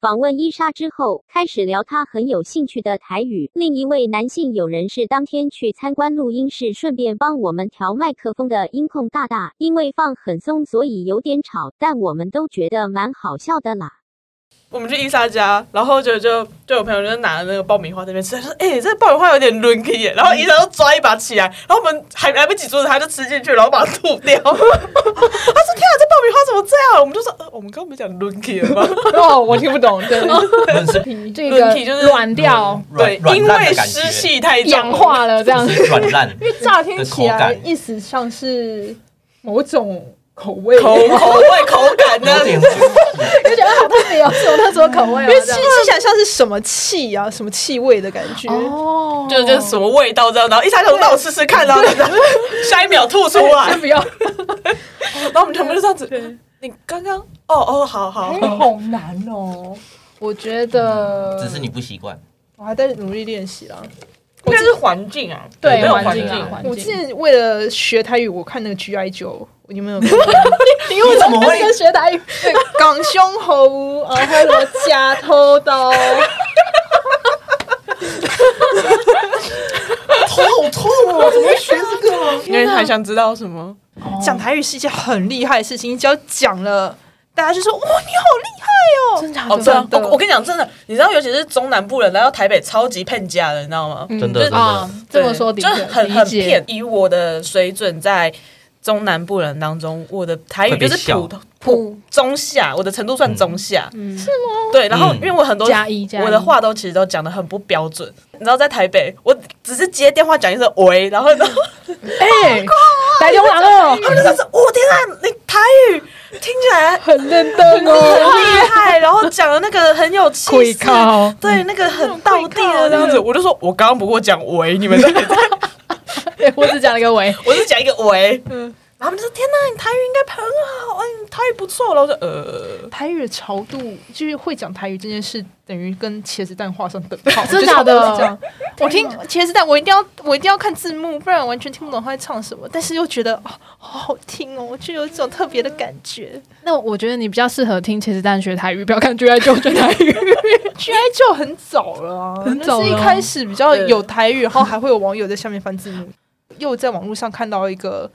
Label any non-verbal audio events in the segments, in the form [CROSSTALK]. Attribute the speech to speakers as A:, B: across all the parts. A: 访问伊莎之后，开始聊他很有兴趣的台语。另一位男性友人是当天去参观录音室，顺便帮我们调麦克风的音控大大，因为放很松，所以有点吵，但我们都觉得蛮好笑的啦。
B: 我们去伊莎家，然后就就就有朋友就拿了那个爆米花在那边吃，他说：“哎、这爆米花有点抡起耶。”然后伊莎就抓一把起来，然后我们还来不及阻止他，就吃进去，然后把它吐掉。他说：“天啊，这爆米花怎么这样？”我们就说：“呃，我们刚刚不是讲抡起了吗
C: 哦，我听不懂，
D: [LAUGHS]
C: 对，
E: 论是
C: 这
B: 论体就
C: 个
B: 是
C: 软掉、
B: 对
E: 软，软
B: 因
E: 烂
B: 为
E: 的感
B: 湿
E: 觉，
B: 气太重
C: 氧化了这样
E: 就，是软烂。
C: 因为乍听起
E: 口
C: 来
E: 感
C: 意思上是某种口味，
B: 口
D: [LAUGHS]
B: 口味口感这样
E: 有
B: 子
E: 点就是
C: 就觉得好特别哦，是我那时候口味哦
D: 因为
C: 这
D: 吃
C: 样
D: 吃起来像是什么气啊，什么气味的感觉。
C: 哦，
B: 就就是什么味道这样，然后伊莎想说：“那我试试看。”然后就下一秒吐出来，
C: 先不要，
B: 然后我们全部就这样子。你刚刚哦哦，好好
C: 哎
B: 好，
C: 好难哦。我觉得
E: 只是你不习惯，
D: 我还在努力练习啦。
B: 应该是环境啊，
C: 对
B: 没有
C: 环
B: 环
C: 境
B: 境
C: 啊，环境
D: 我之前为了学台语，我看那个 GI 九，你们有没有 [LAUGHS] 看？
C: 因为
E: 你怎么会
C: 跟学台语
D: 港胸猴，然后呃什么假偷刀，
E: 头好痛哦！怎么会学这个？
B: 因为还想知道什么？
D: [LAUGHS] 讲台语是一件很厉害的事情，你只要讲了，大家就说哇，你好厉害哦。
C: 真假
B: 哦，真的，我我
C: 我
B: 跟你讲，真的，你知道，尤其是中南部人来到台北，超级骗家的，你知道吗？
E: 真的真
C: 啊
E: 的，，
C: 这么
B: 嗯对
C: 说的
B: 就
C: 确
B: 很
C: 理
B: 很
C: 解
B: 骗。以我的水准，在中南部人当中，我的台语
E: 会被
B: 就是普
E: 笑
B: 通普中下，我的程度算中下。
D: 嗯，
B: 对，然后
E: 嗯
B: 因为我很多
C: 加一加一
B: 我的话都其实都讲的很不标准。你知道，在台北，我只是接电话讲一声“喂”，然后然后
C: 哎，来电话了，
B: [LAUGHS] 他们就说：“我天啊，你台语听起来
C: 很认真哦，
B: [LAUGHS]
C: [LAUGHS]
B: 很厉害，然后讲的那个很有气
C: 跪
B: 势，
C: 靠
B: 对，那个很道地的这样子。我就说，我刚刚不过讲喂，你们 [LAUGHS] 在，
C: 对哎我只讲了一个喂，
B: 我是讲一个喂，然后他们就说天哪，你台语应该很好，哎，你台语不错。然后我就呃，
D: 台语的潮度就是会讲台语这件事，等于跟茄子蛋画上等 [LAUGHS] 号。
C: 真的假的
D: 就是这样我听茄子蛋，我一定要我一定要看字幕，不然我完全听不懂他在唱什么。但是又觉得哦，好好听哦，就有一种特别的感 [LAUGHS] 觉。
C: 那我觉得你比较适合听茄子蛋学台语，不要看 G I 就学台语。
D: G I 就很早了啊，
C: 很早了
D: 就是一开始比较有台语，然后还会有网友在下面翻字幕。又在网络上看到一个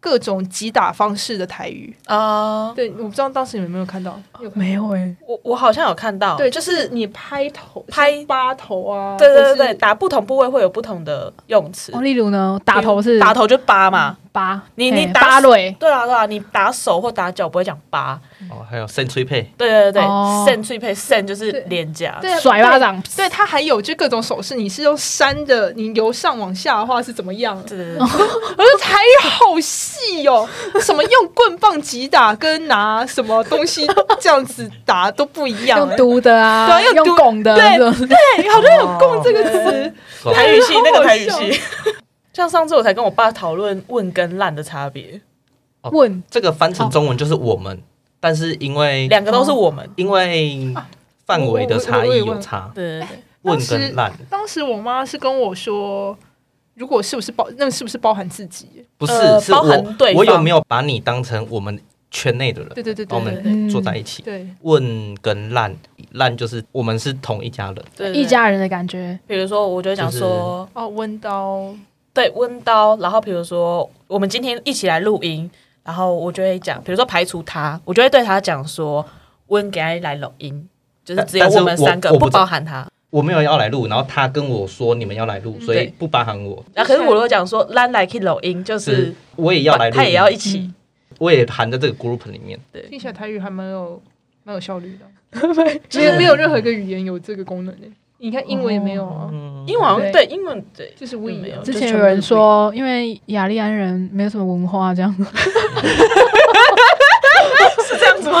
D: 各种击打方式的台语，
B: 啊，
D: 对，我不知道当时你们有没有看到，
C: 没有哎，
B: 我我好像有看到，
D: 对，
B: 就
D: 就是你拍头、
B: 拍
D: 八头啊，
B: 对对对
D: 或
B: 对，
D: 是
B: 打不同部位会有不同的用词
C: 哦，，例如呢，打头是
B: 打头就八嘛。
D: 嗯
C: 八，
B: 你
C: 嘿
B: 你打
C: 八蕊，
B: 对啊，对啊，你打手或打脚不会讲八，
E: 哦，还有生吹配，
B: 对对对
C: 哦
B: 对，肾脆配肾就是脸颊，
D: 对啊
C: 甩巴掌
D: 对它还有就各种手势，你是用扇的，你由上往下的话是怎么样？
B: 对对对，
D: [LAUGHS] 我觉得台语好细哦， [LAUGHS] 什么用棍棒击打跟拿什么东西这样子打都不一 [LAUGHS] 样
C: 用。读的啊，
D: 对啊用
C: 用
D: 读
C: 拱的，
D: 对
C: 这种
D: 对，好像有“共”这个词，
B: 台语系
D: 好好
B: 那个台语
D: 笑
B: 系。 [LAUGHS] 像上次我才跟我爸讨论问跟烂的差别，
E: 哦
C: 问
E: 这个翻成中文就是我们，但是因为
B: 两个都是我们。
E: 因为范围的差异有差，
B: 对对对，
E: 问跟烂
D: 当时我妈是跟我说，如果是不是包，那是不是包含自己？
E: 不是、
B: 呃
E: 是
B: 包
E: 我
B: 含对方
E: 我有没有把你当成我们圈内的人，
D: 对对对
E: 把我
D: 对对
E: 们坐在一起。
D: 对，
E: 问跟烂烂就是我们是同一家人，
B: 对对
C: 一。家人的感觉，
B: 比如说，我就会讲说，
D: 哦，温刀
B: 对温刀，然后比如说我们今天一起来录音，然后我就会讲，比如说排除他，我就会对他讲说，温给他来录音，就是只有
E: 但是
B: 我们三个，
E: 我我
B: 不
E: 不知
B: 包含他。
E: 我没有要来录，然后他跟我说你们要来录，所以
B: 对
E: 不包含我，
B: 然后啊可是我如果讲说，烂来去录音，就是
E: 我也嗯要来录，嗯
B: 他也要一
C: 嗯
B: 起。
E: 我也含在这个 group 里面。
D: 听起来台语还蛮有蛮有效率的， [LAUGHS] 没有没有任何一个语言有这个功能的。欸你看英文也没有啊，
E: 嗯，
B: 英文好像对英文对
D: 就是 we
B: 没有
D: 啊
C: 之前有人说，因为雅利安人没有什么文化，这样
B: [LAUGHS] 是这样子吗？
C: [LAUGHS]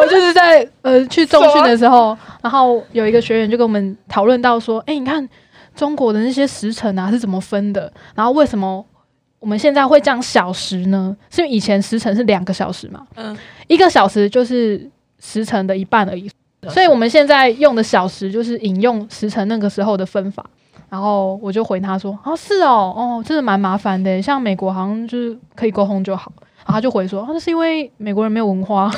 C: 我就是在呃去中训的时候，然后有一个学员就跟我们讨论到说，哎、你看中国的那些时辰啊是怎么分的，然后为什么我们现在会这样小时呢？是因为以前时辰是两个小时嘛，
B: 嗯，
C: 一个小时就是时辰的一半而已，所以我们现在用的小时就是引用时辰那个时候的分法。然后我啊就回他说：“哦，是哦，哦，真的蛮麻烦的。像美国好像就是可以沟通就好。”然后他就回说，啊那是因为美国人没有文 [LAUGHS] 化。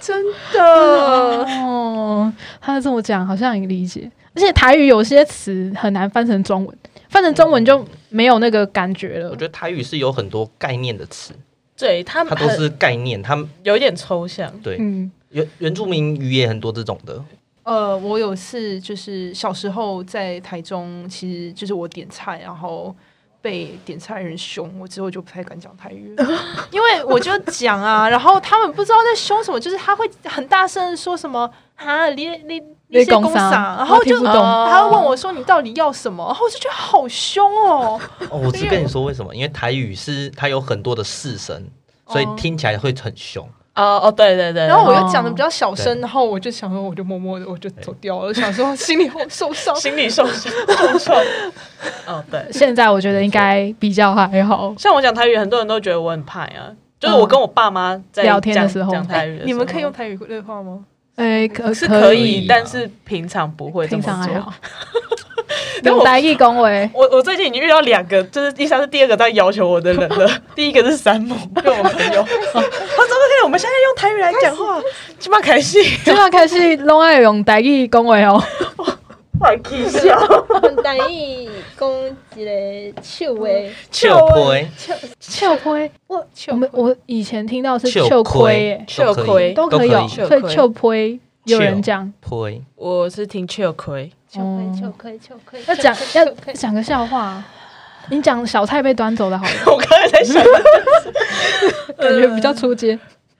B: 真的，
C: 哦，他这么讲好像也理解，而且台语有些词很难翻成中文，翻成中文就没有那个感觉
E: 我
C: 了
E: 觉。得台语是有很多概念的词，
B: 对他
E: 它
B: 们
E: 都是概念，他们
B: 有一点抽象。
E: 对
C: 嗯，
E: 原原住民语也很多这种的，
D: 呃，我有次就是小时候在台中，其实就是我点菜，然后被点菜人凶，我之后就不太敢讲台语
C: [LAUGHS]
D: 了，因为我就讲啊，然后他们不知道在凶什么，就是他会很大声地说什么啊，你你你
C: 你
D: 些
C: 讲
D: 公
C: 啥
D: 啥，然后
C: 我
D: 就
C: 哦听不懂哦
D: 他会问我说你到底要什么，然后我就觉得好凶
C: [LAUGHS]
D: 哦，
E: 哦，我
C: 啊
E: 只跟你说为什么，因为台语是它有很多的四声，
C: 哦
E: 所以听起来会很凶。
B: 哦哦，对对对，
D: 然后我
B: 对，
D: 又讲的比较小声，
E: 对
D: 然后我就想说我就默默的我就走掉了，想说心里好受
B: [LAUGHS]
D: 伤
B: 心理受伤受创。哦，对，
C: 现在我觉得应该比较还好。
B: 像我讲台语，很多人都觉得我很怕呀。就是我跟我爸妈在
C: 聊天的
B: 讲
C: 时候
B: 讲台语的时候，
D: 你们可以用台语对话吗？
C: 哎，可
B: 是可以，
E: 以啊
B: 但是平常不会这
C: 平
B: 么
C: 常还
B: 做
C: 好。。有台语恭 [LAUGHS] 维，
B: 我我最近已经遇到两个，就是第三是第二个在要求我的人了。第一个是山姆，就我朋友，他说 OK，我们现在用台语来讲话，起码开心，
C: 今晚开始拢爱用台语恭维哦。
B: 坏气笑，
F: 台语讲一个手诶，
E: 笑
B: 啊
E: 亏，
C: 笑亏，我我们我以前听到是笑亏，
E: 亏
C: 哎，，
B: 笑亏
C: 都可以哦，
E: 都
B: 笑
C: 所以笑亏有人讲。
E: 亏。
B: 我是听 chill 亏，
F: 笑亏笑亏笑亏。
C: 要哦讲要讲个笑话啊，你讲小菜被端走的好了，
B: 我刚才在想，
C: 感觉比较出街。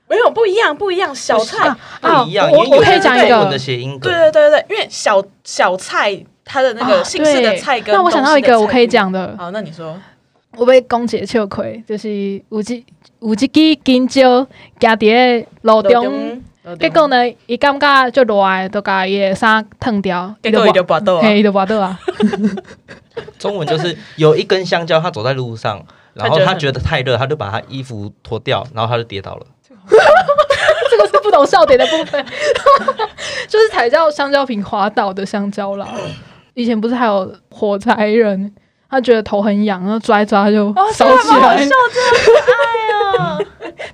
B: 没有不一样，不一样，小菜
C: 啊，
E: 不一样，因
C: 我
E: 为
C: 我
E: 有
C: 可以讲一
E: 中文的
C: 个，
E: 谐音梗
B: 对，对对对对，因为小小菜它的那个姓氏的菜跟
C: 啊那我想到一
B: 东西
C: 个
B: 的菜
C: 我可以，讲的，
B: 好，那你说，
C: 我被公姐笑亏，就是有一有一支金蕉夹伫路中，
B: 中
C: 结果？呢，伊感觉足热的，就甲伊的衫脱掉，
B: 结果
C: 伊
B: 你就拔豆啊，
C: 嘿，伊就跋倒啊，
E: 中文就是有一根香蕉，他走在路上，然后他觉得太热，他就把他衣服脱掉，然后他就跌倒了。
C: [LAUGHS] 这个是不懂笑点的部分， [LAUGHS] 就是踩到香蕉皮滑倒的香蕉 [COUGHS] 啦。以前不是还有火柴人，他觉得头很痒，然后抓一抓就
D: 哦
C: 烧哦起来。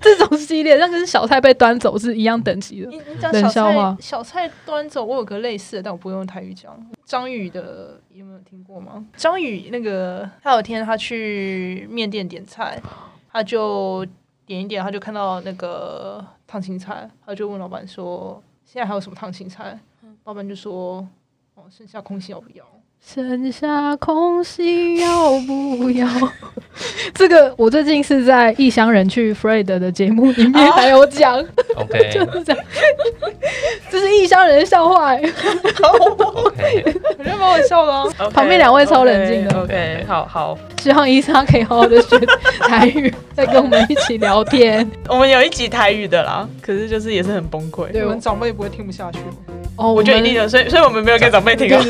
C: 这种系列，那跟小菜被端走是一样等级的。
D: 你你讲
C: 冷
D: 小
C: 笑话
D: 菜小菜端走，我有个类似的，但我不用台语讲。张宇的有没有听过吗？张宇那个他有一天他去面店点菜，他就点一点，他就看到那个烫青菜，他就问老板说：“现在还有什么烫青菜？”老板就说：“哦，剩下空心要不要
C: 剩下空心要不要？ [LAUGHS] 这个我最近是在异乡人去 Fred 的节目里面还有讲，
E: OK
C: [LAUGHS] 就是这样，这是异乡人的笑话、欸。
E: OK，？”
D: 我觉得蛮好笑的、啊。
C: 旁边两位超冷静的
B: OK，好好，
C: 希望伊莎可以好好的学 [LAUGHS] 台语，再跟我们一起聊天。
B: 我们有一集台语的啦，可是就是也是很崩溃。
C: 对
D: 你们长辈不会听不下去吗？
C: 哦，
B: 我觉得一
C: 们
B: 定的，所以所以我们没有给长辈听啊。